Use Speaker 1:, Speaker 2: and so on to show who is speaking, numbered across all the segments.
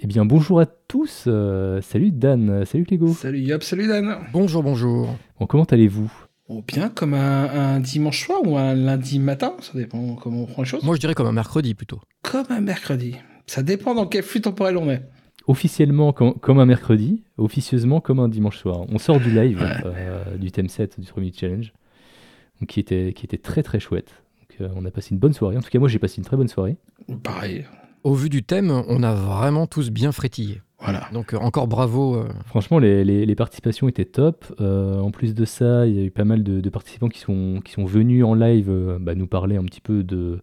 Speaker 1: Eh bien, bonjour à tous. euh, salut Dan, salut Clégo.
Speaker 2: Salut Yop, salut Dan.
Speaker 3: Bonjour, bonjour.
Speaker 1: Bon, comment allez-vous
Speaker 2: Oh, bien comme un, un dimanche soir ou un lundi matin, ça dépend comment on prend les choses.
Speaker 3: Moi, je dirais comme un mercredi plutôt.
Speaker 2: Comme un mercredi. Ça dépend dans quel flux temporel on met.
Speaker 1: Officiellement com- comme un mercredi, officieusement comme un dimanche soir. On sort du live
Speaker 2: Ouais.
Speaker 1: euh, du thème 7 du premier challenge, donc qui était, qui était très très chouette. Donc, euh, on a passé une bonne soirée. En tout cas, moi j'ai passé une très bonne soirée.
Speaker 2: Pareil.
Speaker 3: Au vu du thème, on a vraiment tous bien frétillé.
Speaker 2: Voilà.
Speaker 3: Donc euh, encore bravo. euh.
Speaker 1: Franchement, les, les- les participations étaient top. Euh, en plus de ça, il y a eu pas mal de, de participants qui sont, qui sont venus en live euh, bah, nous parler un petit peu de,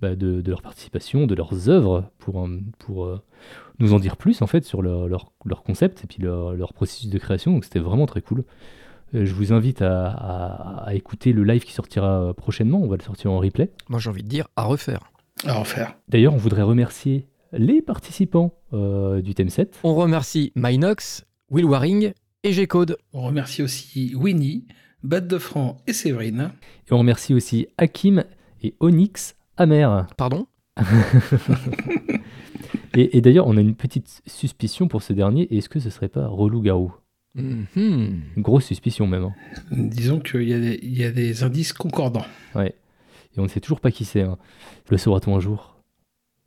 Speaker 1: bah, de, de leur participation, de leurs œuvres, pour, un- pour euh, nous en dire plus en fait sur leur, leur, leur concept et puis leur, leur processus de création. Donc c'était vraiment très cool. Euh, Je vous invite à, à- à écouter le live qui sortira euh, prochainement. On va le sortir en replay.
Speaker 3: Moi, j'ai envie de dire à refaire.
Speaker 2: Alors, faire.
Speaker 1: D'ailleurs, on voudrait remercier les participants euh, du thème 7.
Speaker 3: On remercie Mynox, Will Waring et G-Code.
Speaker 2: On remercie aussi Winnie, Bat de Franc et Séverine.
Speaker 1: Et on remercie aussi Hakim et Onyx Amer.
Speaker 3: Pardon
Speaker 1: Et, et d'ailleurs, on a une petite suspicion pour ce dernier. Est-ce que ce serait pas Relou Garou
Speaker 3: Mhm.
Speaker 1: Une grosse suspicion même. hein.
Speaker 2: Disons qu'il y, a des- il y a des indices concordants.
Speaker 1: Et on ne sait toujours pas qui c'est. hein. Le saura-t-on un jour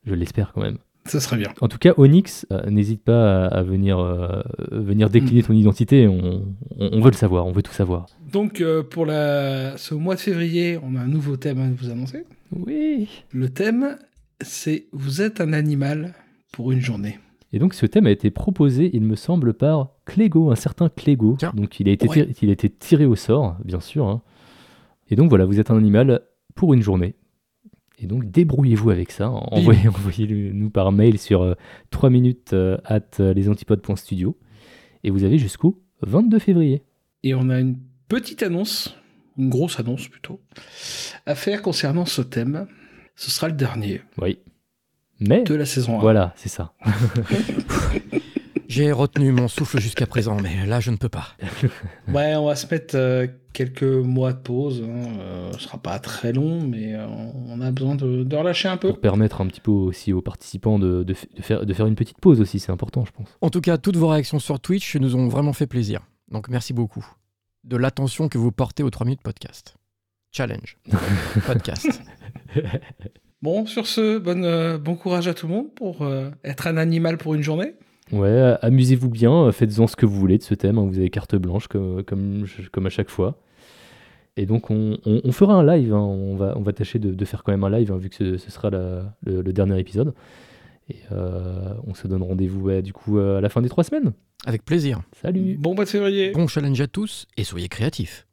Speaker 1: Je l'espère quand même.
Speaker 2: Ça serait bien.
Speaker 1: En tout cas, Onyx, euh, n'hésite pas à, à venir, euh, venir décliner ton identité. On, on- on veut le savoir, on veut tout savoir.
Speaker 2: Donc, euh, pour la... ce mois de février, on a un nouveau thème à vous annoncer.
Speaker 1: Oui.
Speaker 2: Le thème, c'est Vous êtes un animal pour une journée.
Speaker 1: Et donc, ce thème a été proposé, il me semble, par Clégo, un certain Clégo.
Speaker 3: Tiens.
Speaker 1: Donc, il a, été
Speaker 2: Ouais.
Speaker 1: tiré, il a été tiré au sort, bien sûr. hein. Et donc, voilà, vous êtes un animal pour une journée. Et donc, débrouillez-vous avec ça. Envoyez- Envoyez-le nous par mail sur euh, 3 minutes euh, at euh, lesantipodes.studio. Et vous avez jusqu'au 22 février.
Speaker 2: Et on a une petite annonce, une grosse annonce plutôt, à faire concernant ce thème. Ce sera le dernier
Speaker 1: Oui. Mais,
Speaker 2: de la saison 1.
Speaker 1: voilà, c'est ça.
Speaker 3: J'ai retenu mon souffle jusqu'à présent, mais là, je ne peux pas.
Speaker 2: Ouais, on va se mettre euh, quelques mois de pause. hein. Euh, ce sera pas très long, mais euh, on a besoin de, de relâcher un peu.
Speaker 1: Pour permettre un petit peu aussi aux participants de, de f- de faire, de faire une petite pause aussi, c'est important, je pense.
Speaker 3: En tout cas, toutes vos réactions sur Twitch nous ont vraiment fait plaisir. Donc merci beaucoup de l'attention que vous portez aux 3 minutes podcast. Challenge. podcast.
Speaker 2: Bon, sur ce, bonne, euh, bon courage à tout le monde pour euh, être un animal pour une journée.
Speaker 1: Ouais, amusez-vous bien, euh, faites-en ce que vous voulez de ce thème, hein, vous avez carte blanche comme, comme, je- comme à chaque fois. Et donc on, on- on fera un live, hein, on, va, on va tâcher de, de faire quand même un live, hein, vu que ce, ce sera la- le, le dernier épisode. Et euh, on se donne rendez-vous ouais, du coup euh, à la fin des trois semaines.
Speaker 3: Avec plaisir.
Speaker 1: Salut
Speaker 2: Bon mois de février.
Speaker 3: Bon challenge à tous et soyez créatifs.